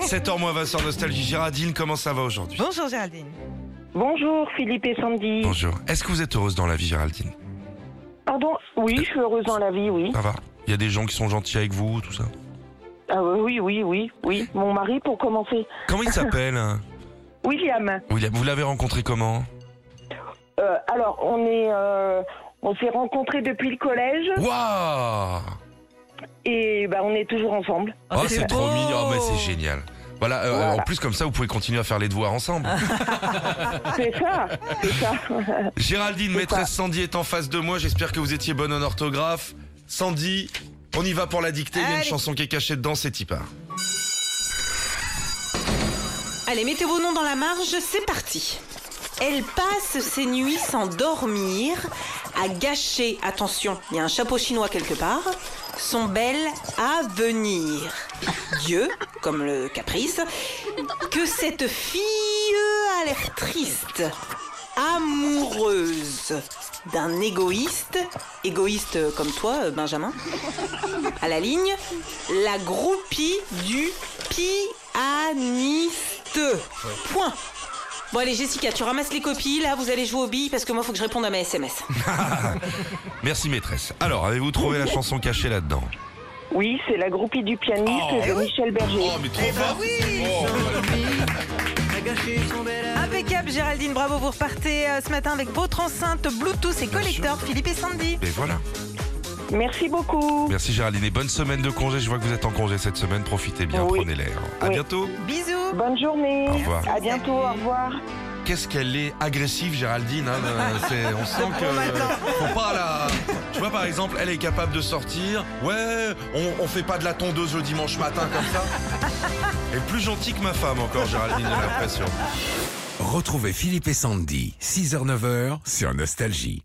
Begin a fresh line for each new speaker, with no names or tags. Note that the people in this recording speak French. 7h moins 20 sur Nostalgie. Géraldine, comment ça va aujourd'hui
Bonjour Géraldine.
Bonjour Philippe et Sandy.
Bonjour. Est-ce que vous êtes heureuse dans la vie, Géraldine
Pardon, oui, je suis heureuse dans la vie, oui.
Ça va Il y a des gens qui sont gentils avec vous, tout ça.
Ah oui, oui, oui, oui. Mon mari pour commencer.
Comment il s'appelle hein
William.
William, Vous l'avez rencontré comment
Euh, alors, on est, euh, on s'est rencontrés depuis le collège
Waouh
et bah, on est toujours ensemble.
Oh, c'est trop
beau.
mignon. Oh, mais c'est génial. Voilà, Ah. euh,
Voilà.
en plus comme ça vous pouvez continuer à faire les devoirs ensemble.
C'est ça, c'est ça.
Géraldine, maîtresse Sandy est en face de moi, j'espère que vous étiez bonne en orthographe. Sandy, on y va pour la dictée, il y a une
Allez.
chanson qui est cachée dedans, c'est y part.
Allez, mettez vos noms dans la marge, c'est parti. Elle passe ses nuits sans dormir, à gâcher, attention, il y a un chapeau chinois quelque part, son bel avenir. Dieu, comme le caprice, que cette fille a l'air triste, amoureuse d'un égoïste, égoïste comme toi, euh, Benjamin, à la ligne, la groupie du pianiste. Point. Bon allez Jessica, tu ramasses les copies, là vous allez jouer aux billes parce que moi faut que je réponde à mes SMS.
Merci maîtresse. Alors, avez-vous trouvé la chanson cachée là-dedans
Oui, c'est la groupie du pianiste
Oh.
de Michel Berger.
mais trop fort. Oh.
Impeccable Géraldine, bravo, vous repartez euh, ce matin avec votre enceinte Bluetooth et collecteur Philippe et Sandy.
Mais voilà.
Merci beaucoup.
Oh. Merci Géraldine et bonne semaine de congé. Je vois que vous êtes en congé cette semaine. Profitez bien,
Oui.
prenez l'air. À
Oui.
bientôt.
Bisous
Bonne journée.
Au revoir.
À bientôt, au revoir.
Qu'est-ce qu'elle est agressive, Géraldine. hein, euh, c'est- on sent que faut pas la. Tu vois par exemple, elle est capable de sortir. Ouais, on, on fait pas de la tondeuse le dimanche matin comme ça. Elle est plus gentille que ma femme encore, Géraldine, j'ai l'impression.
Retrouvez Philippe et Sandy, 6h-9h sur Nostalgie.